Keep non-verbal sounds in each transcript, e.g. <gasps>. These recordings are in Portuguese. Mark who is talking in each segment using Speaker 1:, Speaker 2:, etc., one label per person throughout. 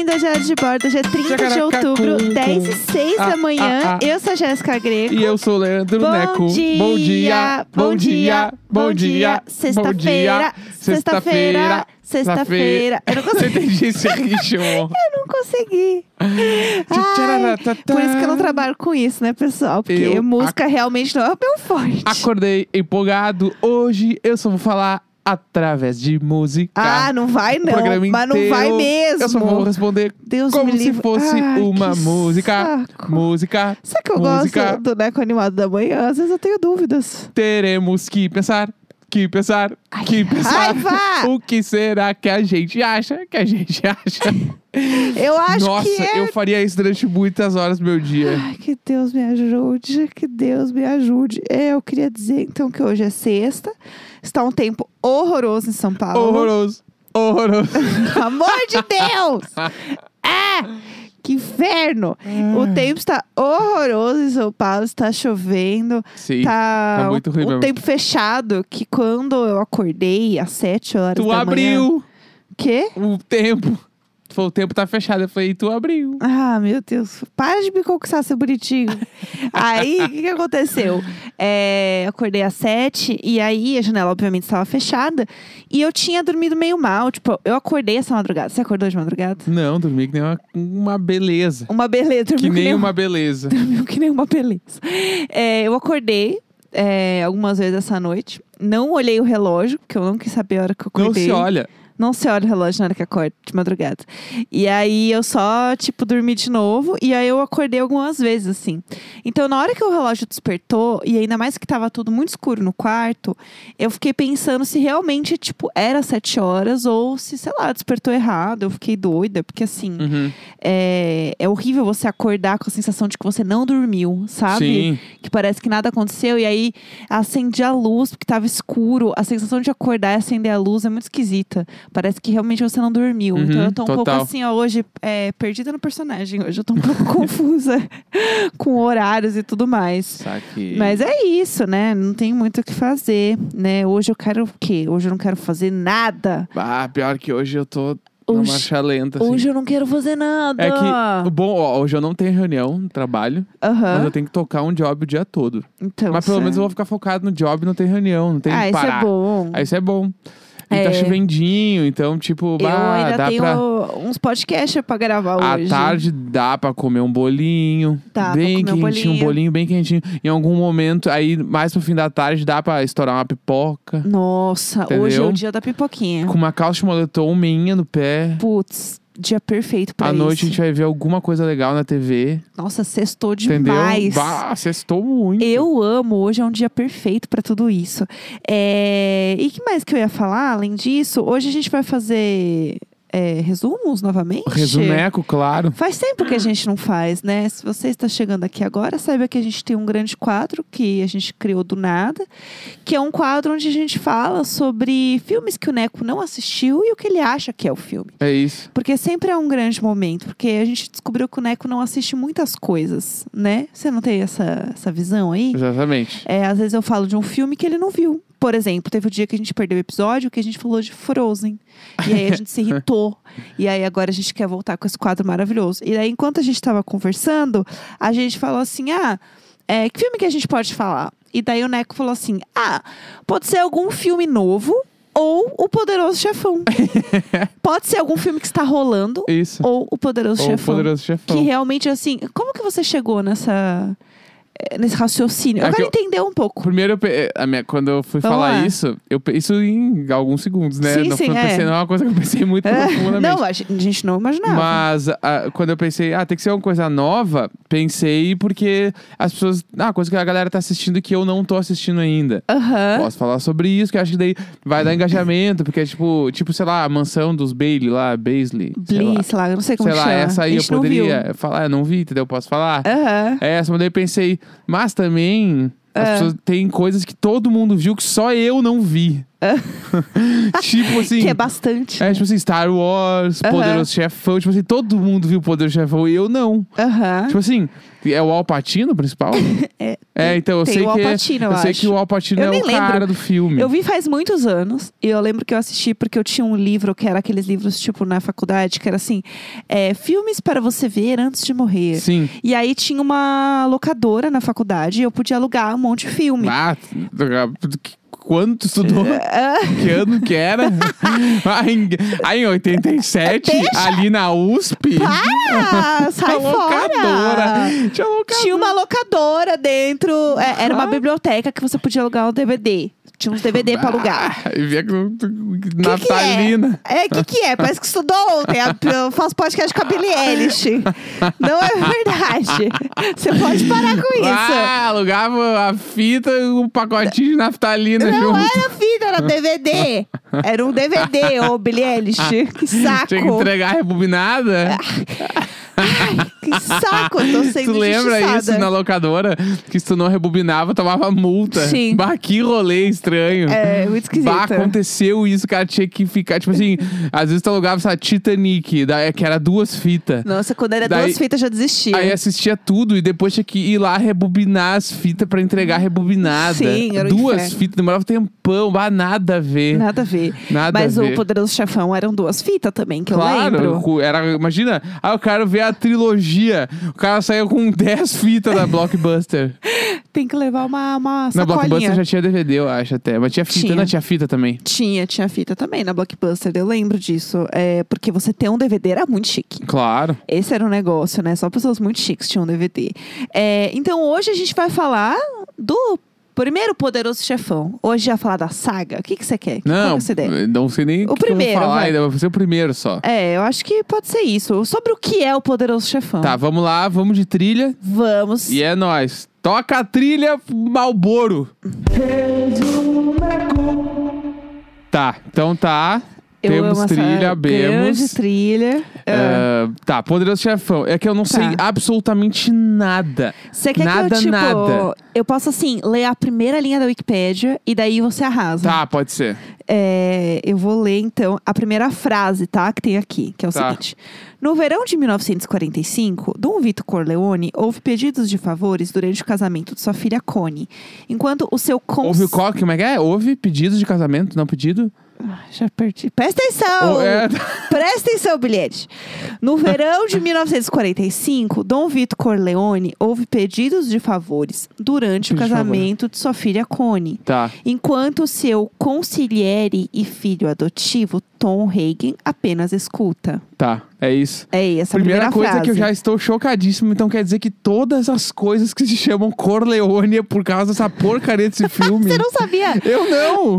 Speaker 1: Estagiário de Bordo. Hoje é 30 de
Speaker 2: Jacaracacu.
Speaker 1: outubro, 10 e 6
Speaker 2: Ah,
Speaker 1: da manhã.
Speaker 2: ah, ah.
Speaker 1: Eu sou a Jéssica Greco.
Speaker 2: E eu sou o Leandro
Speaker 1: Bom
Speaker 2: Neco.
Speaker 1: dia,
Speaker 2: bom dia, bom dia, bom dia, bom
Speaker 1: Sexta-feira,
Speaker 2: dia,
Speaker 1: sexta-feira, sexta-feira. Eu não
Speaker 2: Você
Speaker 1: consegui,
Speaker 2: entendi
Speaker 1: <laughs>
Speaker 2: esse ritmo?
Speaker 1: eu não
Speaker 2: <laughs>
Speaker 1: consegui. Ai,
Speaker 2: Tcharatata.
Speaker 1: por isso que eu não trabalho com isso, né, pessoal? Porque
Speaker 2: Eu
Speaker 1: música realmente não é o meu forte.
Speaker 2: Acordei empolgado. Hoje eu só vou falar através de música.
Speaker 1: Ah, não vai
Speaker 2: O
Speaker 1: não,
Speaker 2: programa
Speaker 1: mas não
Speaker 2: inteiro,
Speaker 1: vai mesmo.
Speaker 2: Eu só vou responder
Speaker 1: Deus
Speaker 2: como
Speaker 1: me
Speaker 2: se
Speaker 1: livre.
Speaker 2: fosse
Speaker 1: Ai,
Speaker 2: uma
Speaker 1: que
Speaker 2: música.
Speaker 1: saco.
Speaker 2: Música.
Speaker 1: Sabe que eu
Speaker 2: música.
Speaker 1: gosto do Neco Animado da Manhã? Às vezes eu tenho dúvidas.
Speaker 2: Teremos que pensar, que pensar, que pensar.
Speaker 1: raiva!
Speaker 2: O que será que a gente acha? Que a gente <laughs> acha?
Speaker 1: Eu acho
Speaker 2: Nossa,
Speaker 1: que é...
Speaker 2: eu faria isso durante muitas horas do meu dia.
Speaker 1: Ai, que Deus me ajude, que Deus me ajude. É, eu queria dizer, então, que hoje é sexta. Está um tempo horroroso em São Paulo.
Speaker 2: Horroroso,
Speaker 1: <laughs>
Speaker 2: horroroso.
Speaker 1: Pelo amor de Deus!
Speaker 2: <laughs>
Speaker 1: Ah! Que inferno! O tempo está horroroso em São Paulo, está chovendo,
Speaker 2: Sim.
Speaker 1: tá,
Speaker 2: tá muito ruim
Speaker 1: um
Speaker 2: mesmo.
Speaker 1: tempo fechado, que quando eu acordei às sete horas da
Speaker 2: Tu
Speaker 1: manhã...
Speaker 2: abriu
Speaker 1: Quê?
Speaker 2: o tempo. Tu falou, o tempo tá fechado. Eu falei, tu abriu.
Speaker 1: Ah, meu Deus, para de me conquistar, seu bonitinho. aí, o que, que aconteceu? É, acordei às sete, e aí a janela, obviamente, estava fechada. E eu tinha dormido meio mal. Tipo, eu acordei essa madrugada. Você acordou de madrugada?
Speaker 2: Não, dormi que nem uma, uma beleza.
Speaker 1: Uma beleza, dormi
Speaker 2: Que nem
Speaker 1: uma
Speaker 2: uma
Speaker 1: <laughs>
Speaker 2: beleza.
Speaker 1: dormiu que nem uma beleza. É, eu acordei é, algumas vezes essa noite. Não olhei o relógio, porque eu não quis saber a hora que eu
Speaker 2: Não
Speaker 1: acordei.
Speaker 2: se olha.
Speaker 1: Não se olha o relógio na hora que acorda, de madrugada. E aí eu só, tipo, dormi de novo. E aí eu acordei algumas vezes, assim. Então, na hora que o relógio despertou, e ainda mais que tava tudo muito escuro no quarto, eu fiquei pensando se realmente, tipo, era sete horas ou se, sei lá, despertou errado. Eu fiquei doida, porque assim.
Speaker 2: Uhum.
Speaker 1: É, é horrível você acordar com a sensação de que você não dormiu, sabe?
Speaker 2: Sim.
Speaker 1: Que parece que nada aconteceu e aí acende a luz porque tava escuro. A sensação de acordar e acender a luz é muito esquisita. Parece que realmente você não dormiu.
Speaker 2: Uhum,
Speaker 1: então eu tô um pouco
Speaker 2: total.
Speaker 1: assim, ó, hoje, é, perdida no personagem. Hoje eu tô um pouco <laughs> confusa com horários e tudo mais.
Speaker 2: Saque.
Speaker 1: Mas é isso, né? Não tem muito o que fazer, né? Hoje eu quero o quê? Hoje eu não quero fazer nada.
Speaker 2: Ah, pior que hoje eu tô na
Speaker 1: Hoje-
Speaker 2: marcha lenta. assim.
Speaker 1: Hoje eu não quero fazer nada.
Speaker 2: É que, bom, ó, hoje eu não tenho reunião no trabalho,
Speaker 1: Aham.
Speaker 2: mas eu tenho que tocar um job o dia todo.
Speaker 1: Então,
Speaker 2: mas pelo
Speaker 1: isso é-
Speaker 2: menos eu vou ficar focado no job, não tem reunião, não tem
Speaker 1: ah,
Speaker 2: que
Speaker 1: isso
Speaker 2: parar.
Speaker 1: é bom.
Speaker 2: Ah, isso é bom. E
Speaker 1: É.
Speaker 2: tá chovendinho, então, tipo,
Speaker 1: Eu
Speaker 2: bah,
Speaker 1: ainda
Speaker 2: dá
Speaker 1: tenho
Speaker 2: pra.
Speaker 1: uns podcasts pra gravar
Speaker 2: À
Speaker 1: hoje.
Speaker 2: tarde dá pra comer um bolinho.
Speaker 1: Dá pra
Speaker 2: bem
Speaker 1: comer um
Speaker 2: quentinho,
Speaker 1: bolinho.
Speaker 2: bem quentinho. Em algum momento, aí mais pro fim da tarde, dá pra estourar uma pipoca.
Speaker 1: Nossa, hoje é
Speaker 2: Entendeu?
Speaker 1: o dia da pipoquinha.
Speaker 2: Com uma calça de moletom um minha no pé.
Speaker 1: Putz, dia perfeito pra
Speaker 2: À
Speaker 1: isso.
Speaker 2: noite a gente vai ver alguma coisa legal na TV.
Speaker 1: Nossa, sextou
Speaker 2: Entendeu?
Speaker 1: demais.
Speaker 2: Bah, cestou muito.
Speaker 1: Eu amo, hoje é um dia perfeito pra tudo isso. É, E que mais que eu ia falar, além disso? Hoje a gente vai fazer é, resumos novamente?
Speaker 2: Resumeco, claro.
Speaker 1: Faz tempo que a gente não faz, né? Se você está chegando aqui agora, saiba que a gente tem um grande quadro que a gente criou do nada, que é um quadro onde a gente fala sobre filmes que o Neco não assistiu e o que ele acha que é o filme.
Speaker 2: É isso.
Speaker 1: Porque sempre é um grande momento, porque a gente descobriu que o Neco não assiste muitas coisas, né? Você não tem essa, essa visão aí?
Speaker 2: Exatamente.
Speaker 1: É, às vezes eu falo de um filme que ele não viu. Por exemplo, teve o dia que a gente perdeu o episódio que a gente falou de Frozen. E aí a gente se
Speaker 2: <laughs>
Speaker 1: irritou. E aí agora a gente quer voltar com esse quadro maravilhoso. E aí, enquanto a gente tava conversando, a gente falou assim: ah, é, que filme que a gente pode falar? E daí o Neco falou assim: ah, pode ser algum filme novo ou O Poderoso Chefão.
Speaker 2: <laughs>
Speaker 1: pode ser algum filme que está rolando
Speaker 2: Isso.
Speaker 1: ou O Poderoso
Speaker 2: Ou
Speaker 1: Chefão.
Speaker 2: poderoso chefão.
Speaker 1: Que realmente, assim, como que você chegou nessa, eh, nesse raciocínio? Eu
Speaker 2: É que
Speaker 1: quero
Speaker 2: eu-
Speaker 1: entender um pouco.
Speaker 2: Primeiro, eu pe- eh, a minha- quando eu fui
Speaker 1: Vamos
Speaker 2: falar
Speaker 1: lá.
Speaker 2: isso, eu pe- isso em alguns segundos, né?
Speaker 1: Sim,
Speaker 2: não,
Speaker 1: sim,
Speaker 2: não
Speaker 1: é.
Speaker 2: pensei, não é uma coisa que <laughs> eu
Speaker 1: <laughs>
Speaker 2: pensei muito profundamente.
Speaker 1: Não, a gen- a gente não imaginava.
Speaker 2: Mas ah, quando eu pensei, ah, tem que ser uma coisa nova, pensei porque as pessoas. Ah, coisa que a galera tá assistindo que eu não tô assistindo ainda.
Speaker 1: Aham.
Speaker 2: Posso falar sobre isso, que eu acho que daí
Speaker 1: <laughs>
Speaker 2: vai dar engajamento, porque é tipo, tipo, sei lá, a mansão dos Bailey lá, Baisley. sei lá.
Speaker 1: Blee, sei lá, eu não sei como
Speaker 2: Sei lá,
Speaker 1: chama.
Speaker 2: essa
Speaker 1: a
Speaker 2: aí eu
Speaker 1: gente não viu.
Speaker 2: poderia falar, eu não vi, entendeu? Eu posso falar.
Speaker 1: Aham.
Speaker 2: É essa, mas daí eu
Speaker 1: É.
Speaker 2: pensei, mas também as pessoas têm coisas que todo mundo viu que só eu não vi. <laughs> tipo assim.
Speaker 1: É. que é bastante.
Speaker 2: É, tipo assim, Star Wars,
Speaker 1: Aham.
Speaker 2: Poderoso Chefão. Tipo assim, todo mundo viu Poderoso Chefão e eu não.
Speaker 1: Aham.
Speaker 2: Tipo assim, é o Alpatino principal?
Speaker 1: Ah. <laughs> É,
Speaker 2: É, então eu
Speaker 1: tem
Speaker 2: sei
Speaker 1: o Al
Speaker 2: que. é-
Speaker 1: Pacino, eu
Speaker 2: sei
Speaker 1: acho.
Speaker 2: que o Alpatino
Speaker 1: Eu
Speaker 2: é
Speaker 1: nem
Speaker 2: o
Speaker 1: lembro.
Speaker 2: cara do filme.
Speaker 1: Eu vi faz muitos anos e eu lembro que eu assisti porque eu tinha um livro que era aqueles livros, tipo, na faculdade, que era assim: é, filmes para você ver antes de morrer.
Speaker 2: Sim.
Speaker 1: E aí tinha uma locadora na faculdade e eu podia alugar um monte de filme.
Speaker 2: Ah, que- quando tu
Speaker 1: <laughs>
Speaker 2: estudou? que ano que era? ah, em, ah, em 87, ali na USP.
Speaker 1: Para! Sai fora!
Speaker 2: tinha locadora. Tinha locadora.
Speaker 1: Tinha uma locadora dentro. é, era
Speaker 2: Ah.
Speaker 1: uma biblioteca que você podia alugar um DVD. Tinha uns DVD pra alugar.
Speaker 2: Ah, e via com- com-
Speaker 1: Que que
Speaker 2: Natalina.
Speaker 1: é? É, o que, que é? Parece que estudou ontem. Eu faço podcast com a Billie Eilish. Não é verdade. Você pode parar com é isso.
Speaker 2: Ah, alugava a fita e o pacotinho de naftalina
Speaker 1: Não é
Speaker 2: junto.
Speaker 1: era fita, era DVD. Era um DVD, ô Billie Eilish. Que saco.
Speaker 2: Ah, Tinha que entregar a rebobinada.
Speaker 1: Ah, Ai, que saco. Eu tô sendo
Speaker 2: tu lembra
Speaker 1: injustiçada.
Speaker 2: isso na locadora? Que se tu não rebobinava, tomava multa.
Speaker 1: Sim.
Speaker 2: Bah, que rolê estranho.
Speaker 1: É, muito esquisito.
Speaker 2: Bah, aconteceu isso, cara. Tinha que ficar, tipo
Speaker 1: <laughs>
Speaker 2: assim, às vezes tu alugava essa Titanic, da- que era duas fitas.
Speaker 1: Nossa, quando era
Speaker 2: Daí-
Speaker 1: duas fitas, eu já desistia.
Speaker 2: Aí assim, assistia tudo e depois tinha que ir lá rebobinar as fitas pra entregar rebobinada.
Speaker 1: Sim, era um
Speaker 2: Duas
Speaker 1: inferno.
Speaker 2: fitas, demorava tempão, bah, nada a ver.
Speaker 1: Nada a ver.
Speaker 2: Nada
Speaker 1: Mas
Speaker 2: a
Speaker 1: o
Speaker 2: ver.
Speaker 1: Poderoso Chefão eram duas fitas também, que
Speaker 2: Claro,
Speaker 1: eu lembro.
Speaker 2: cu- era, imagina, ah, eu quero ver a trilogia. O cara saiu com 10 fitas
Speaker 1: <laughs>
Speaker 2: da Blockbuster.
Speaker 1: Tem que levar uma, uma
Speaker 2: na
Speaker 1: sacolinha.
Speaker 2: Blockbuster já tinha DVD, eu acho até. Mas tinha fita,
Speaker 1: Tinha.
Speaker 2: não tinha fita também.
Speaker 1: Tinha, tinha fita também na Blockbuster, eu lembro disso. É, porque você ter um DVD era muito chique.
Speaker 2: Claro.
Speaker 1: Esse era um negócio, né? Só pessoas muito chiques tinham um DVD. É, então hoje a gente vai falar do primeiro Poderoso Chefão. Hoje já falar da saga. O que que você quer? Qual
Speaker 2: Não,
Speaker 1: que é essa ideia?
Speaker 2: não sei nem
Speaker 1: O
Speaker 2: que que eu vou
Speaker 1: primeiro,
Speaker 2: falar
Speaker 1: vai.
Speaker 2: ainda, vai ser o primeiro só.
Speaker 1: É, eu acho que pode ser isso. Sobre o que é o Poderoso Chefão.
Speaker 2: Tá, vamos lá, vamos de trilha.
Speaker 1: Vamos.
Speaker 2: E é nóis. Toca a trilha, Malboro. Tá, então tá.
Speaker 1: Eu
Speaker 2: Temos
Speaker 1: amo
Speaker 2: trilha,
Speaker 1: essa grande
Speaker 2: abemos.
Speaker 1: trilha.
Speaker 2: Ah, tá, Poderoso Chefão. É que eu não sei
Speaker 1: Tá.
Speaker 2: absolutamente nada.
Speaker 1: Você quer que
Speaker 2: nada,
Speaker 1: eu, tipo,
Speaker 2: nada.
Speaker 1: eu posso, assim, ler a primeira linha da Wikipédia e daí você arrasa.
Speaker 2: Tá, pode ser.
Speaker 1: É, eu vou ler, então, a primeira frase, tá? Que tem aqui, que é o
Speaker 2: Tá.
Speaker 1: seguinte. No verão de 1945, Dom Vito Corleone houve pedidos de favores durante o casamento de sua filha Connie. Enquanto o seu cons...
Speaker 2: Houve o qual? Como é que é? Houve pedido de casamento? Não pedido?
Speaker 1: Ah, Já perdi. Presta atenção!
Speaker 2: Ou- é- <laughs>
Speaker 1: Presta atenção, bilhete. No verão de 1945, Dom Vito Corleone houve pedidos de favores durante o
Speaker 2: Pedido de
Speaker 1: casamento de sua filha Connie.
Speaker 2: Tá.
Speaker 1: Enquanto seu consigliere e filho adotivo, Tom Hagen, apenas escuta.
Speaker 2: Tá, é isso.
Speaker 1: É essa a
Speaker 2: primeira,
Speaker 1: primeira,
Speaker 2: coisa
Speaker 1: frase.
Speaker 2: que eu já estou chocadíssimo, então quer dizer que todas as coisas que se chamam Corleone é por causa dessa
Speaker 1: <laughs>
Speaker 2: porcaria desse filme.
Speaker 1: Você não Ah! sabia?
Speaker 2: Eu não!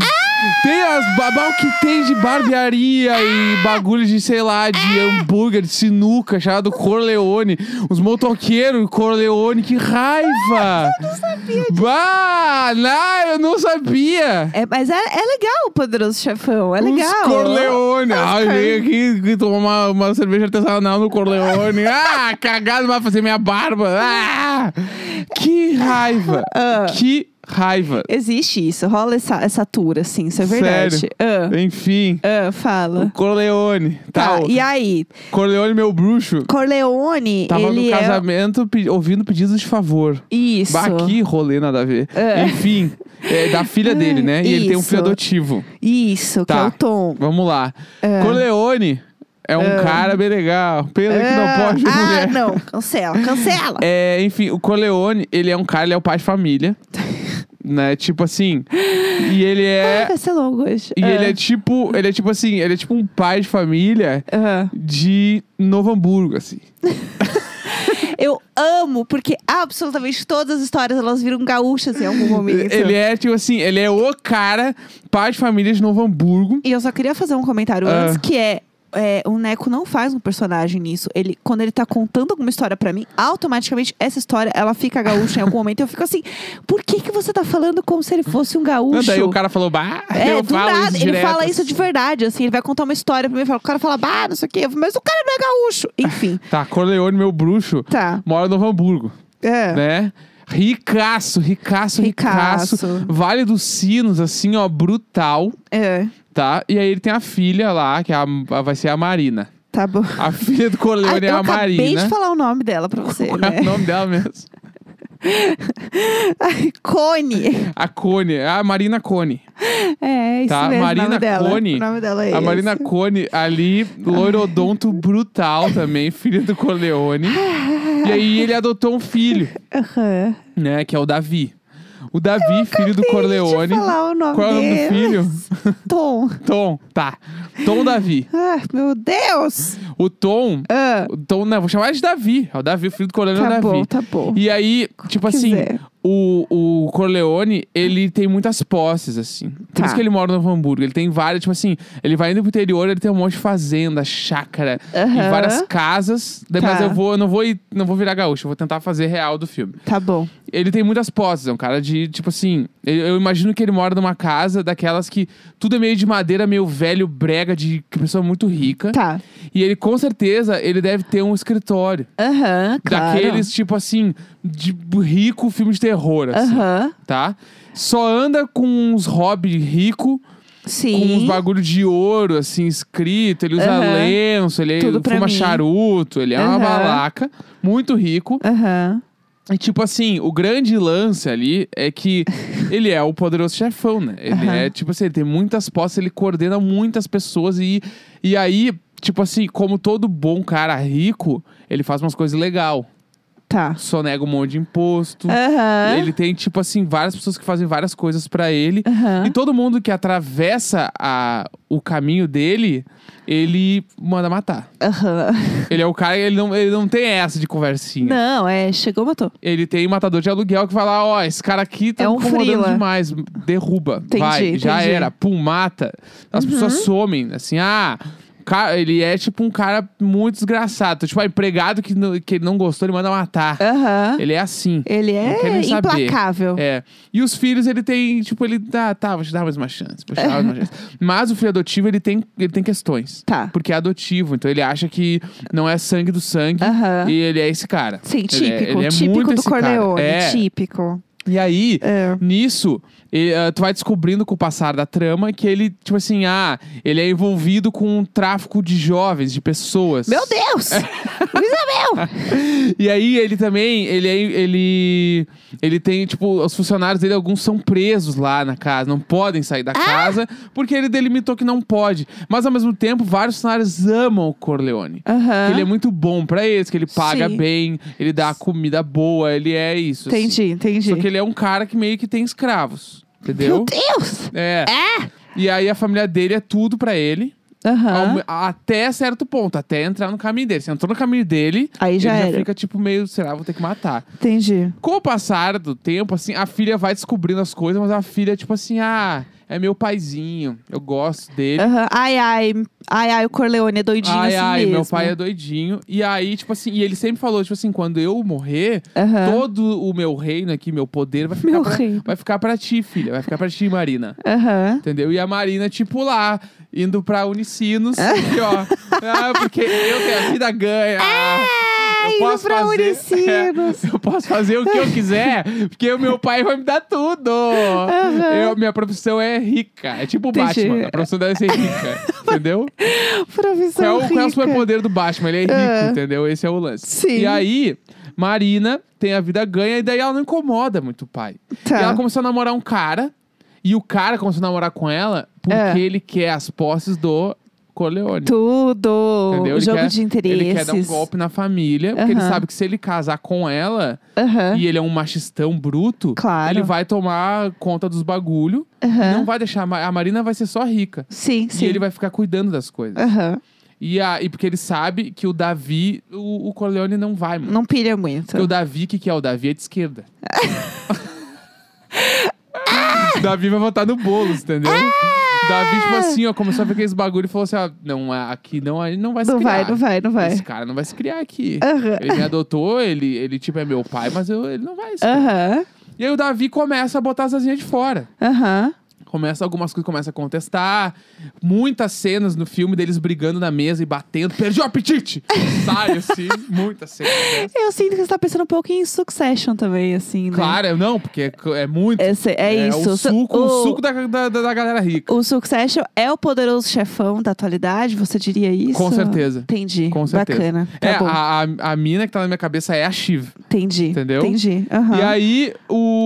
Speaker 2: Tem as babau que tem de barbearia
Speaker 1: Ah!
Speaker 2: e bagulho de, sei lá, de hambúrguer, de sinuca, chamado Corleone. Os motoqueiros Corleone, que raiva! Eu não sabia disso. Bah, não, eu não sabia!
Speaker 1: É, mas é, é legal o Poderoso Chefão, é legal.
Speaker 2: Os Corleone. Ah, eu veio aqui que tomar uma, uma cerveja artesanal
Speaker 1: <laughs>
Speaker 2: no Corleone. Ah, cagado, vai fazer minha barba. Ah, que raiva.
Speaker 1: Ah.
Speaker 2: Que raiva.
Speaker 1: Existe isso, rola essa, essa tura, assim, isso é verdade.
Speaker 2: Sério.
Speaker 1: Ah,
Speaker 2: Enfim,
Speaker 1: ah, fala.
Speaker 2: Corleone. Tá,
Speaker 1: Tá,
Speaker 2: o
Speaker 1: e aí?
Speaker 2: Corleone, meu bruxo.
Speaker 1: Corleone,
Speaker 2: Tava
Speaker 1: ele
Speaker 2: no
Speaker 1: é...
Speaker 2: casamento pe- ouvindo pedidos de favor.
Speaker 1: Isso. Ah.
Speaker 2: Bah, que rolê nada a ver. Enfim, é da filha dele, né? E ele tem um
Speaker 1: Isso.
Speaker 2: filho adotivo.
Speaker 1: Isso, que é
Speaker 2: Tá.
Speaker 1: o Tom.
Speaker 2: Vamos lá. Corleone é um cara bem legal. Pena que não
Speaker 1: Ah,
Speaker 2: pode de
Speaker 1: ah,
Speaker 2: mulher.
Speaker 1: não. Cancela, cancela.
Speaker 2: É, enfim, o Corleone, ele é um cara, ele é o pai
Speaker 1: <laughs>
Speaker 2: de família. né? Tipo assim. E ele
Speaker 1: Ah,
Speaker 2: é.
Speaker 1: vai ser longo hoje.
Speaker 2: E ele é tipo. Ele é tipo assim, ele é tipo um pai de família
Speaker 1: Aham.
Speaker 2: de Novo Hamburgo, assim.
Speaker 1: Eu amo, porque absolutamente todas as histórias elas viram gaúchas em algum momento.
Speaker 2: Ele é, tipo assim, ele é o cara, pai de família de Novo Hamburgo.
Speaker 1: E eu só queria fazer um comentário
Speaker 2: Ah.
Speaker 1: antes, que é, é, O Neco não faz um personagem nisso. Ele, quando ele tá contando alguma história pra mim, automaticamente essa história, ela fica gaúcha em algum momento. Eu fico assim, por que que você tá falando como se ele fosse um gaúcho?
Speaker 2: Não, Daí o cara falou, bah,
Speaker 1: É,
Speaker 2: eu
Speaker 1: do
Speaker 2: falo
Speaker 1: nada.
Speaker 2: isso
Speaker 1: ele
Speaker 2: direto.
Speaker 1: fala isso de verdade, assim. Ele vai contar uma história pra mim. Fala, o cara fala, bah, não sei o quê. Eu falo, Mas o cara não
Speaker 2: <laughs>
Speaker 1: é gaúcho. Enfim,
Speaker 2: Tá, Corleone, meu bruxo,
Speaker 1: tá.
Speaker 2: mora em Novo Hamburgo.
Speaker 1: É.
Speaker 2: né? Ricaço, ricaço, ricaço,
Speaker 1: Ricaço.
Speaker 2: Vale dos Sinos, assim, ó, brutal,
Speaker 1: É,
Speaker 2: tá? E aí ele tem a filha lá, que é a- a- vai ser a Marina.
Speaker 1: tá bom.
Speaker 2: A filha do
Speaker 1: Ah,
Speaker 2: Corleone é
Speaker 1: eu
Speaker 2: a
Speaker 1: acabei
Speaker 2: Marina.
Speaker 1: de falar o nome dela pra você,
Speaker 2: Qual é <laughs> o
Speaker 1: né?
Speaker 2: nome dela mesmo?
Speaker 1: Ai, <laughs>
Speaker 2: <laughs>
Speaker 1: Cone.
Speaker 2: A Cone, a Marina Cone.
Speaker 1: É, isso
Speaker 2: Tá,
Speaker 1: mesmo, o
Speaker 2: Marina
Speaker 1: nome dela.
Speaker 2: Cone.
Speaker 1: O nome dela é
Speaker 2: a Marina
Speaker 1: esse.
Speaker 2: Cone ali, loirodonto brutal também, filha do Corleone. E aí ele adotou um filho,
Speaker 1: Aham.
Speaker 2: né, que é o Davi. O Davi, filho do Corleone.
Speaker 1: Deixa eu falar o nome
Speaker 2: Qual é o nome do
Speaker 1: dele.
Speaker 2: filho?
Speaker 1: Tom.
Speaker 2: Tom, tá. Tom Davi.
Speaker 1: Ah, meu Deus.
Speaker 2: O Tom.
Speaker 1: Ah,
Speaker 2: o Tom, não, vou chamar ele de Davi. É o Davi, o filho do Corleone é o
Speaker 1: tá
Speaker 2: Davi.
Speaker 1: bom, tá bom.
Speaker 2: E aí, tipo assim,
Speaker 1: quiser.
Speaker 2: o, o Corleone, ele tem muitas posses, assim. Por
Speaker 1: Tá.
Speaker 2: isso que ele mora no Novo Hamburgo. Ele tem várias, tipo assim, ele vai indo pro interior, ele tem um monte de fazenda, chácara, e
Speaker 1: Aham.
Speaker 2: várias casas. Daí, Mas
Speaker 1: Tá.
Speaker 2: eu vou, eu não vou, ir- não vou virar gaúcho, eu vou tentar fazer real do filme.
Speaker 1: Tá bom.
Speaker 2: Ele tem muitas posses, é um cara de, tipo assim, eu, eu imagino que ele mora numa casa daquelas que tudo é meio de madeira, meio velho, brega, de que pessoa muito rica.
Speaker 1: Tá.
Speaker 2: E ele, com certeza, ele deve ter um escritório.
Speaker 1: Aham, claro.
Speaker 2: Daqueles, tipo assim, de rico filme de terror, assim,
Speaker 1: Aham.
Speaker 2: tá? Só anda com uns hobby rico, com
Speaker 1: Sim.
Speaker 2: uns bagulho de ouro, assim, escrito. Ele usa
Speaker 1: Aham.
Speaker 2: lenço, ele
Speaker 1: Tudo pra
Speaker 2: fuma
Speaker 1: mim.
Speaker 2: charuto, ele é uma
Speaker 1: Aham.
Speaker 2: balaca. Muito rico.
Speaker 1: Aham.
Speaker 2: E, tipo assim, o grande lance ali é que
Speaker 1: <laughs>
Speaker 2: ele é o poderoso chefão, né? Ele
Speaker 1: Aham.
Speaker 2: é, tipo assim, ele tem muitas posses, ele coordena muitas pessoas e, e aí, tipo assim, como todo bom cara rico, ele faz umas coisas legais.
Speaker 1: Tá.
Speaker 2: Só nega um monte de imposto.
Speaker 1: Aham.
Speaker 2: Ele tem, tipo assim, várias pessoas que fazem várias coisas pra ele.
Speaker 1: Aham.
Speaker 2: E todo mundo que atravessa a, o caminho dele, ele manda matar.
Speaker 1: Aham.
Speaker 2: Ele é o cara, ele não, ele não tem essa de conversinha.
Speaker 1: Não, é. Chegou, matou.
Speaker 2: Ele tem um matador de aluguel que vai lá, ó, esse cara aqui tá
Speaker 1: É
Speaker 2: me
Speaker 1: um
Speaker 2: incomodando
Speaker 1: frila.
Speaker 2: demais. Derruba,
Speaker 1: Entendi,
Speaker 2: vai, já
Speaker 1: entendi. Uhum.
Speaker 2: era, pum, mata. As pessoas somem, assim, ah... o cara- Ele é tipo um cara muito desgraçado. Tipo, ah, empregado que, não- que ele não gostou, ele manda matar.
Speaker 1: Aham.
Speaker 2: Ele é assim.
Speaker 1: Ele
Speaker 2: Não quer nem
Speaker 1: é
Speaker 2: saber.
Speaker 1: implacável.
Speaker 2: É. E os filhos, ele tem, tipo, ele dá, tá, vou te dar mais uma chance, vou te dar mais uma
Speaker 1: <laughs>
Speaker 2: chance. Mas o filho adotivo, ele tem, ele tem questões.
Speaker 1: Tá.
Speaker 2: Porque é adotivo, então ele acha que não é sangue do sangue.
Speaker 1: Aham.
Speaker 2: E ele é esse cara.
Speaker 1: Sim,
Speaker 2: Ele é-
Speaker 1: típico.
Speaker 2: ele é
Speaker 1: típico
Speaker 2: muito
Speaker 1: do
Speaker 2: esse cara.
Speaker 1: Corleone.
Speaker 2: É.
Speaker 1: Típico.
Speaker 2: E aí,
Speaker 1: É.
Speaker 2: nisso, e, ah, tu vai descobrindo com o passar da trama que ele, tipo assim, ah, ele é envolvido com um tráfico de jovens, de pessoas.
Speaker 1: Meu Deus!
Speaker 2: É.
Speaker 1: <laughs> Isabel!
Speaker 2: E aí ele também, ele, é- ele, ele tem, tipo, os funcionários dele, alguns são presos lá na casa, não podem sair
Speaker 1: Ah!
Speaker 2: da casa, porque ele delimitou que não pode. Mas ao mesmo tempo, vários funcionários amam o Corleone.
Speaker 1: Aham.
Speaker 2: Que ele é muito bom pra eles, que ele paga
Speaker 1: Sim.
Speaker 2: bem, ele dá comida boa, ele é isso. assim.
Speaker 1: Entendi, entendi.
Speaker 2: Só que ele é um cara que meio que tem escravos,
Speaker 1: Meu
Speaker 2: entendeu?
Speaker 1: Deus!
Speaker 2: É. E aí a família dele é tudo pra ele.
Speaker 1: Aham.
Speaker 2: Ao- até certo ponto, até entrar no caminho dele. Se entrou no caminho dele,
Speaker 1: Aí já
Speaker 2: ele já
Speaker 1: era.
Speaker 2: fica tipo meio, será, vou ter que matar.
Speaker 1: Entendi.
Speaker 2: Com o passar do tempo, assim, a filha vai descobrindo as coisas, mas a filha, tipo assim, ah, é meu paizinho, eu gosto dele.
Speaker 1: Aham. Ai, ai. Ai, ai, o Corleone é doidinho
Speaker 2: ai,
Speaker 1: assim
Speaker 2: ai,
Speaker 1: mesmo.
Speaker 2: meu pai é doidinho. E aí, tipo assim, e ele sempre falou, tipo assim, quando eu morrer,
Speaker 1: Aham.
Speaker 2: todo o meu reino aqui, meu poder, vai ficar,
Speaker 1: Meu
Speaker 2: pra,
Speaker 1: reino.
Speaker 2: vai ficar pra ti, filha. Vai ficar pra ti, Marina. <laughs>
Speaker 1: Aham.
Speaker 2: Entendeu? E a Marina, tipo, lá, indo pra Unicinos,
Speaker 1: É?
Speaker 2: aqui, ó.
Speaker 1: <laughs>
Speaker 2: Ah, porque eu tenho a vida ganha. Ah, eu
Speaker 1: É, indo
Speaker 2: posso
Speaker 1: pra
Speaker 2: fazer...
Speaker 1: Unicinos.
Speaker 2: <laughs> eu posso fazer o que eu quiser, porque o meu pai vai me dar tudo. Eu- minha profissão é rica. É tipo o
Speaker 1: Entendi.
Speaker 2: Batman. A profissão deve
Speaker 1: <laughs>
Speaker 2: ser rica. entendeu?
Speaker 1: Profissão
Speaker 2: Qual é, o, qual é o
Speaker 1: rica.
Speaker 2: superpoder do Batman? Ele é rico,
Speaker 1: É.
Speaker 2: entendeu? Esse é o lance.
Speaker 1: Sim.
Speaker 2: E aí, Marina tem a vida ganha e daí ela não incomoda muito o pai.
Speaker 1: Tá.
Speaker 2: E ela começou a namorar um cara e o cara começou a namorar com ela porque
Speaker 1: É.
Speaker 2: ele quer as posses do Corleone.
Speaker 1: Tudo.
Speaker 2: Entendeu?
Speaker 1: O
Speaker 2: Ele
Speaker 1: jogo
Speaker 2: quer-
Speaker 1: de interesses.
Speaker 2: Ele quer dar um golpe na família, porque ele
Speaker 1: Aham.
Speaker 2: sabe que se ele casar com ela
Speaker 1: Aham.
Speaker 2: e ele é um machistão bruto,
Speaker 1: Claro.
Speaker 2: ele vai tomar conta dos bagulho,
Speaker 1: Aham.
Speaker 2: não vai deixar. a Ma- A Marina vai ser só rica.
Speaker 1: Sim, sim.
Speaker 2: E ele vai ficar cuidando das coisas.
Speaker 1: Aham.
Speaker 2: E, a, e porque ele sabe que o Davi, o, o Corleone não vai, mano.
Speaker 1: Não pilha muito.
Speaker 2: Porque o Davi, o que, que é? O Davi é de esquerda.
Speaker 1: <laughs>
Speaker 2: o Davi vai votar no Boulos, entendeu?
Speaker 1: É!
Speaker 2: O Davi, tipo assim, ó, começou a ver aqueles bagulho e falou assim: ó, não, aqui não, aí não vai se
Speaker 1: Não
Speaker 2: criar.
Speaker 1: vai, não vai, não vai.
Speaker 2: Esse cara não vai se criar aqui.
Speaker 1: Aham.
Speaker 2: Ele me adotou, ele, ele, tipo, é meu pai, mas eu- ele não vai. se criar.
Speaker 1: Aham.
Speaker 2: E aí o Davi começa a botar as asinhas de fora.
Speaker 1: Aham.
Speaker 2: Começa, algumas coisas começam a contestar. Muitas cenas no filme deles brigando na mesa e batendo. Perdi
Speaker 1: <laughs>
Speaker 2: o apetite! Sai, assim, muitas cenas. dessas.
Speaker 1: Eu sinto que você tá pensando um pouco em Succession também, assim, né?
Speaker 2: Claro, é- não, porque é, é muito.
Speaker 1: Esse- é, isso.
Speaker 2: o suco, o
Speaker 1: o,
Speaker 2: suco da, da, da galera rica.
Speaker 1: o Succession é o poderoso chefão da atualidade, você diria isso?
Speaker 2: Com certeza.
Speaker 1: Entendi.
Speaker 2: Com certeza.
Speaker 1: Bacana. Tá
Speaker 2: é,
Speaker 1: bom.
Speaker 2: a, a, a mina que tá na minha cabeça é a Shiv.
Speaker 1: Entendi.
Speaker 2: Entendeu?
Speaker 1: Entendi. Aham.
Speaker 2: E aí,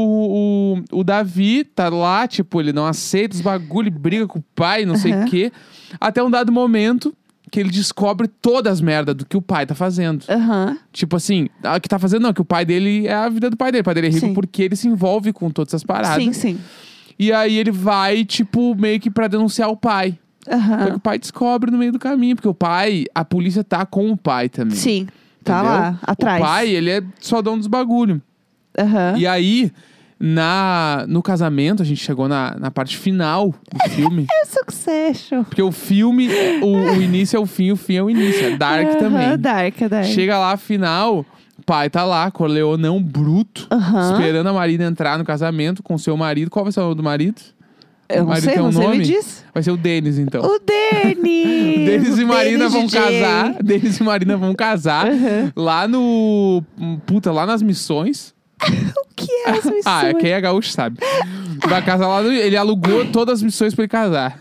Speaker 2: o, o, o Davi tá lá, tipo, ele não aceita os bagulho, ele briga com o pai, não sei o
Speaker 1: Aham.
Speaker 2: quê. Até um dado momento que ele descobre todas as merdas do que o pai tá fazendo.
Speaker 1: Aham.
Speaker 2: Tipo assim, a que tá fazendo não, que o pai dele é a vida do pai dele. O pai dele é rico
Speaker 1: Sim.
Speaker 2: porque ele se envolve com todas essas paradas.
Speaker 1: Sim, sim.
Speaker 2: E aí ele vai, tipo, meio que pra denunciar o pai.
Speaker 1: Aham.
Speaker 2: Só que o pai descobre no meio do caminho, porque o pai, a polícia tá com o pai também.
Speaker 1: Sim. Tá
Speaker 2: entendeu?
Speaker 1: lá, atrás. Ah.
Speaker 2: O pai, ele é só dono dos bagulho.
Speaker 1: Aham.
Speaker 2: E aí, na, no casamento, a gente chegou na, na parte final do
Speaker 1: <laughs>
Speaker 2: filme.
Speaker 1: É Succession.
Speaker 2: porque o filme, o, o início é o fim, o fim é o início. É Dark
Speaker 1: Aham,
Speaker 2: também.
Speaker 1: Dark, é Dark.
Speaker 2: Chega lá, final, o pai tá lá, Corleonão bruto.
Speaker 1: Aham.
Speaker 2: Esperando a Marina entrar no casamento com seu marido. Qual vai ser o nome do marido?
Speaker 1: Eu
Speaker 2: o
Speaker 1: não
Speaker 2: marido
Speaker 1: sei,
Speaker 2: tem um
Speaker 1: você
Speaker 2: nome?
Speaker 1: me diz.
Speaker 2: Vai ser o Denis, então.
Speaker 1: O Denis!
Speaker 2: <laughs> Denis e
Speaker 1: O
Speaker 2: Marina vão
Speaker 1: DJ.
Speaker 2: casar. <laughs> Denis e Marina vão casar
Speaker 1: Aham.
Speaker 2: lá no. hum, Puta, lá nas missões.
Speaker 1: O que é as missões?
Speaker 2: <laughs> Ah, quem é gaúcho sabe. Vai casar lá no. Ele alugou todas as missões pra
Speaker 1: <laughs>
Speaker 2: ele casar.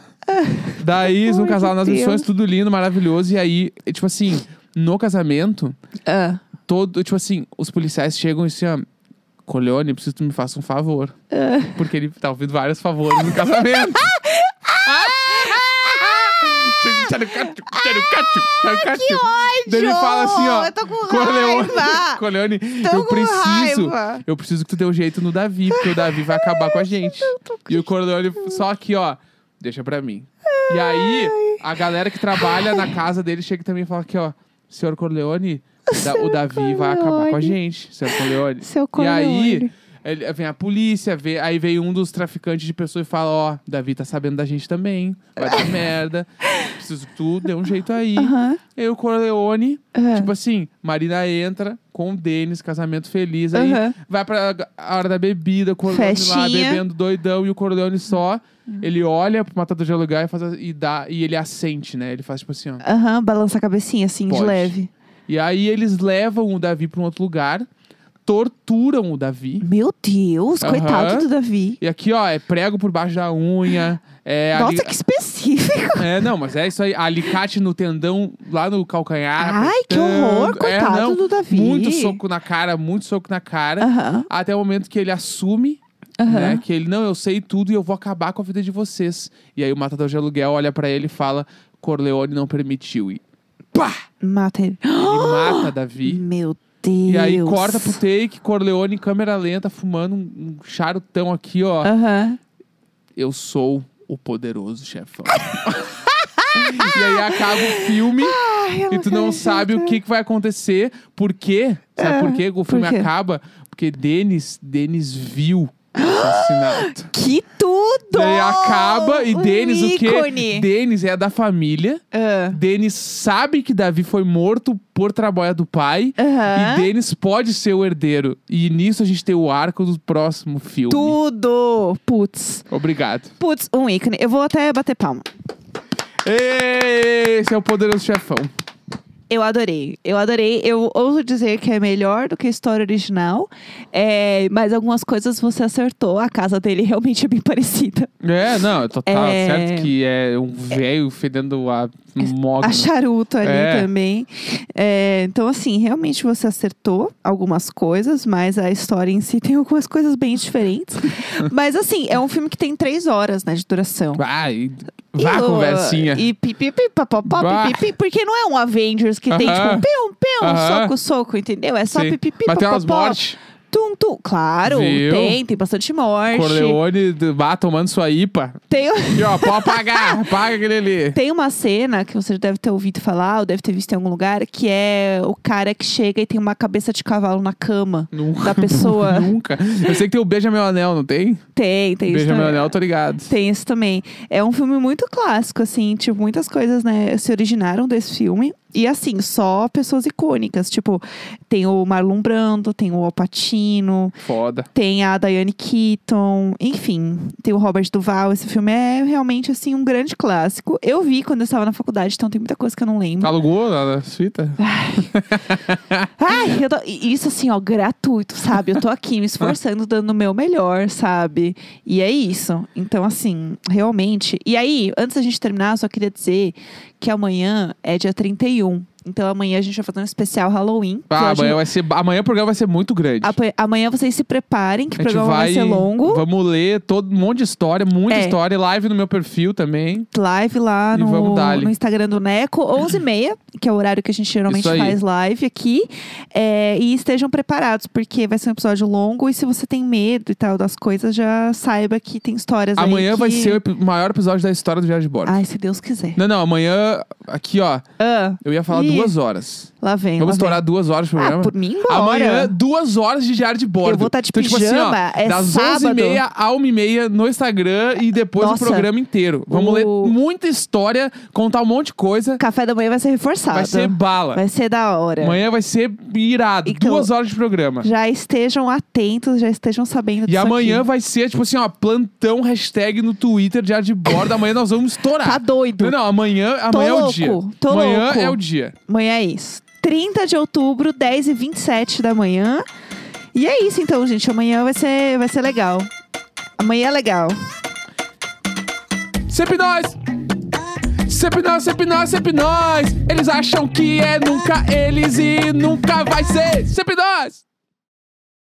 Speaker 2: Daí eles vão
Speaker 1: Ai,
Speaker 2: casar lá
Speaker 1: meu
Speaker 2: nas
Speaker 1: Deus.
Speaker 2: missões, tudo lindo, maravilhoso. E aí, é tipo assim, no casamento,
Speaker 1: Ah,
Speaker 2: todo. Tipo assim, os policiais chegam e assim, ó. Colione, preciso que tu me faça um favor.
Speaker 1: ah.
Speaker 2: Porque ele tá ouvindo vários favores no casamento. que Daí ele fala assim, ó.
Speaker 1: Eu tô com
Speaker 2: Corleone,
Speaker 1: raiva!
Speaker 2: Corleone,
Speaker 1: Tô
Speaker 2: eu
Speaker 1: com
Speaker 2: preciso.
Speaker 1: raiva.
Speaker 2: Eu preciso que tu dê um jeito no Davi, porque o Davi vai acabar com a gente. E o Corleone, só aqui, ó, deixa pra mim. E aí, a galera que trabalha na casa dele chega também e fala aqui, ó, senhor Corleone, o Da- o Davi vai acabar com a
Speaker 1: Corleone.
Speaker 2: gente, senhor Corleone.
Speaker 1: Seu
Speaker 2: E aí,
Speaker 1: Corleone.
Speaker 2: ele- vem a polícia, vê- aí veio um dos traficantes de pessoas e fala: Ó, Davi tá sabendo da gente também,
Speaker 1: <laughs>
Speaker 2: vai dar merda, preciso que tu dê um jeito aí.
Speaker 1: Aham.
Speaker 2: E aí o Corleone,
Speaker 1: Aham.
Speaker 2: tipo assim, Marina entra com o Denis, casamento feliz, aí
Speaker 1: Aham.
Speaker 2: vai pra a hora da bebida, o Corleone lá
Speaker 1: Festinha.
Speaker 2: bebendo doidão e o Corleone só. Ele olha pro matador de alugar e, faz, a- e, dá, e ele assente, né? Ele faz tipo assim, ó.
Speaker 1: Aham, balança a cabecinha assim,
Speaker 2: Pode.
Speaker 1: de leve.
Speaker 2: E aí eles levam o Davi pra um outro lugar, torturam o Davi.
Speaker 1: Meu Deus,
Speaker 2: Aham.
Speaker 1: coitado do Davi.
Speaker 2: E aqui, ó, é prego por baixo da unha. É, ali-
Speaker 1: Nossa, que
Speaker 2: <laughs>
Speaker 1: específico.
Speaker 2: é, não, mas é isso aí. Alicate no tendão, lá no calcanhar.
Speaker 1: Ai, que
Speaker 2: apertando.
Speaker 1: horror,
Speaker 2: É,
Speaker 1: coitado
Speaker 2: não,
Speaker 1: do Davi.
Speaker 2: Muito soco na cara, muito soco na cara.
Speaker 1: Aham.
Speaker 2: Até o momento que ele assume, né?
Speaker 1: Aham.
Speaker 2: Que ele, não, eu sei tudo e eu vou acabar com a vida de vocês. E aí o matador de aluguel olha pra ele e fala: Corleone não permitiu. E pá!
Speaker 1: Mata ele.
Speaker 2: Ele
Speaker 1: <gasps>
Speaker 2: mata Davi.
Speaker 1: Meu Deus.
Speaker 2: E aí corta pro take, Corleone, câmera lenta, fumando um um charutão aqui, ó.
Speaker 1: Aham.
Speaker 2: Eu sou o poderoso chefão. <laughs> e aí acaba o filme
Speaker 1: Ai, eu
Speaker 2: e tu não
Speaker 1: acredito.
Speaker 2: sabe o que, que vai acontecer. Por quê? Sabe
Speaker 1: É,
Speaker 2: por quê que o filme
Speaker 1: por quê?
Speaker 2: acaba? Porque Denis, Denis viu o <gasps> assassinato.
Speaker 1: Que tudo!
Speaker 2: Daí acaba e
Speaker 1: Um
Speaker 2: Denis o quê?
Speaker 1: ícone.
Speaker 2: Denis é da família.
Speaker 1: Ah.
Speaker 2: Denis sabe que Davi foi morto por trabalho do pai.
Speaker 1: Aham.
Speaker 2: E Denis pode ser o herdeiro. E nisso a gente tem o arco do próximo filme.
Speaker 1: Tudo! Putz.
Speaker 2: Obrigado.
Speaker 1: Putz, um ícone. Eu vou até bater palma.
Speaker 2: Esse é o poderoso chefão.
Speaker 1: Eu adorei. Eu adorei. Eu ouso dizer que é melhor do que a história original. É, mas algumas coisas você acertou. A casa dele realmente é bem parecida.
Speaker 2: É, não, total.
Speaker 1: É.
Speaker 2: Certo que é um velho fedendo a mogno.
Speaker 1: A charuto ali
Speaker 2: É.
Speaker 1: também. É, então, assim, realmente você acertou algumas coisas, mas a história em si tem algumas coisas bem
Speaker 2: <laughs>
Speaker 1: diferentes. mas, assim, é um filme que tem três horas né, de duração.
Speaker 2: Vai, Ah, vá
Speaker 1: E o-
Speaker 2: conversinha.
Speaker 1: E pi, pi, pi, pa, pa, pa,
Speaker 2: Bah.
Speaker 1: pi, pi, pi, porque não é um Avengers que tem,
Speaker 2: Aham.
Speaker 1: tipo, pium, pium,
Speaker 2: Aham.
Speaker 1: soco, soco, entendeu? É só
Speaker 2: Sim.
Speaker 1: pipi, pi, pi,
Speaker 2: Mas tem
Speaker 1: pa, pa,
Speaker 2: umas
Speaker 1: pa,
Speaker 2: mortes.
Speaker 1: Tum, tum. Claro,
Speaker 2: Viu?
Speaker 1: tem, tem bastante morte.
Speaker 2: Corleone d- vá tomando sua IPA.
Speaker 1: Tem,
Speaker 2: E ó, pode
Speaker 1: <laughs>
Speaker 2: apagar, apaga aquele ali.
Speaker 1: tem uma cena que você deve ter ouvido falar, ou deve ter visto em algum lugar, que é o cara que chega e tem uma cabeça de cavalo na cama
Speaker 2: Nunca.
Speaker 1: da
Speaker 2: <laughs>
Speaker 1: pessoa.
Speaker 2: Nunca. Eu sei que tem o Beija Meu Anel, não tem?
Speaker 1: tem, tem isso.
Speaker 2: Beija Meu
Speaker 1: também.
Speaker 2: Anel, tô ligado.
Speaker 1: Tem isso também. É um filme muito clássico, assim, tipo, muitas coisas, né, se originaram desse filme. E assim, só pessoas icônicas. Tipo, tem o Marlon Brando, tem o Alpatino,
Speaker 2: Foda.
Speaker 1: tem a Diane Keaton, enfim, tem o Robert Duval. Esse filme é realmente, assim, um grande clássico. Eu vi quando eu estava na faculdade, então tem muita coisa que eu não lembro.
Speaker 2: Alugou né, a fita? Ah,
Speaker 1: Ai, eu tô... e isso assim, ó, gratuito, sabe? Eu tô aqui me esforçando, dando o meu melhor, sabe? E é isso. Então, assim, realmente. E aí, antes da gente terminar, só queria dizer que amanhã é dia 31. Então, amanhã a gente vai fazer um especial Halloween. que a
Speaker 2: Ah,
Speaker 1: gente-
Speaker 2: amanhã, vai ser, amanhã o programa vai ser muito grande.
Speaker 1: Apa- Amanhã vocês se preparem, que o
Speaker 2: a gente
Speaker 1: programa vai...
Speaker 2: vai
Speaker 1: ser longo.
Speaker 2: Vamos ler todo, um monte de história, muita
Speaker 1: É.
Speaker 2: história. Live no meu perfil também.
Speaker 1: Live lá
Speaker 2: E
Speaker 1: no,
Speaker 2: vamos dar-lhe.
Speaker 1: no Instagram do Neco, 11h30, que é o horário que a gente geralmente
Speaker 2: Isso aí.
Speaker 1: faz live aqui. É, e estejam preparados, porque vai ser um episódio longo. E se você tem medo e tal das coisas, já saiba que tem histórias aí
Speaker 2: amanhã vai
Speaker 1: que-
Speaker 2: ser o epi- maior episódio da história do Viagem de Bordo.
Speaker 1: Ai, se Deus quiser.
Speaker 2: Não, não, amanhã, aqui ó,
Speaker 1: Ah,
Speaker 2: eu ia falar
Speaker 1: Ih.
Speaker 2: duas horas.
Speaker 1: lá vem.
Speaker 2: Vamos
Speaker 1: lá
Speaker 2: estourar duas horas o
Speaker 1: vem.
Speaker 2: programa?
Speaker 1: Ah, por mim, embora.
Speaker 2: Amanhã, duas horas de diário de bordo.
Speaker 1: Eu vou tá de
Speaker 2: então, Tipo
Speaker 1: pijama,
Speaker 2: assim, ó,
Speaker 1: é
Speaker 2: das
Speaker 1: sábado.
Speaker 2: 11h30 à 1h30 no Instagram e depois
Speaker 1: Nossa.
Speaker 2: o programa inteiro. Vamos
Speaker 1: O-
Speaker 2: ler muita história, contar um monte de coisa.
Speaker 1: Café da manhã vai ser reforçado.
Speaker 2: Vai ser bala.
Speaker 1: Vai ser da hora.
Speaker 2: Amanhã vai ser irado.
Speaker 1: Então-
Speaker 2: duas horas de programa.
Speaker 1: Já estejam atentos, já estejam sabendo
Speaker 2: E
Speaker 1: disso
Speaker 2: amanhã
Speaker 1: aqui.
Speaker 2: vai ser, tipo assim, ó, plantão hashtag no Twitter, diário de bordo. Amanhã nós vamos estourar.
Speaker 1: Tá doido.
Speaker 2: Não, não, amanhã,
Speaker 1: Tô
Speaker 2: amanhã é o
Speaker 1: louco,
Speaker 2: dia.
Speaker 1: tô
Speaker 2: amanhã
Speaker 1: louco.
Speaker 2: é o dia.
Speaker 1: Amanhã é isso. 30 de outubro, 10h27 da manhã. E é isso então, gente. Amanhã vai ser, vai ser legal. Amanhã é legal.
Speaker 2: Sempre nós! Sempre nós, sempre nós, sempre nós! Eles acham que é nunca eles e nunca vai ser! Sempre nós!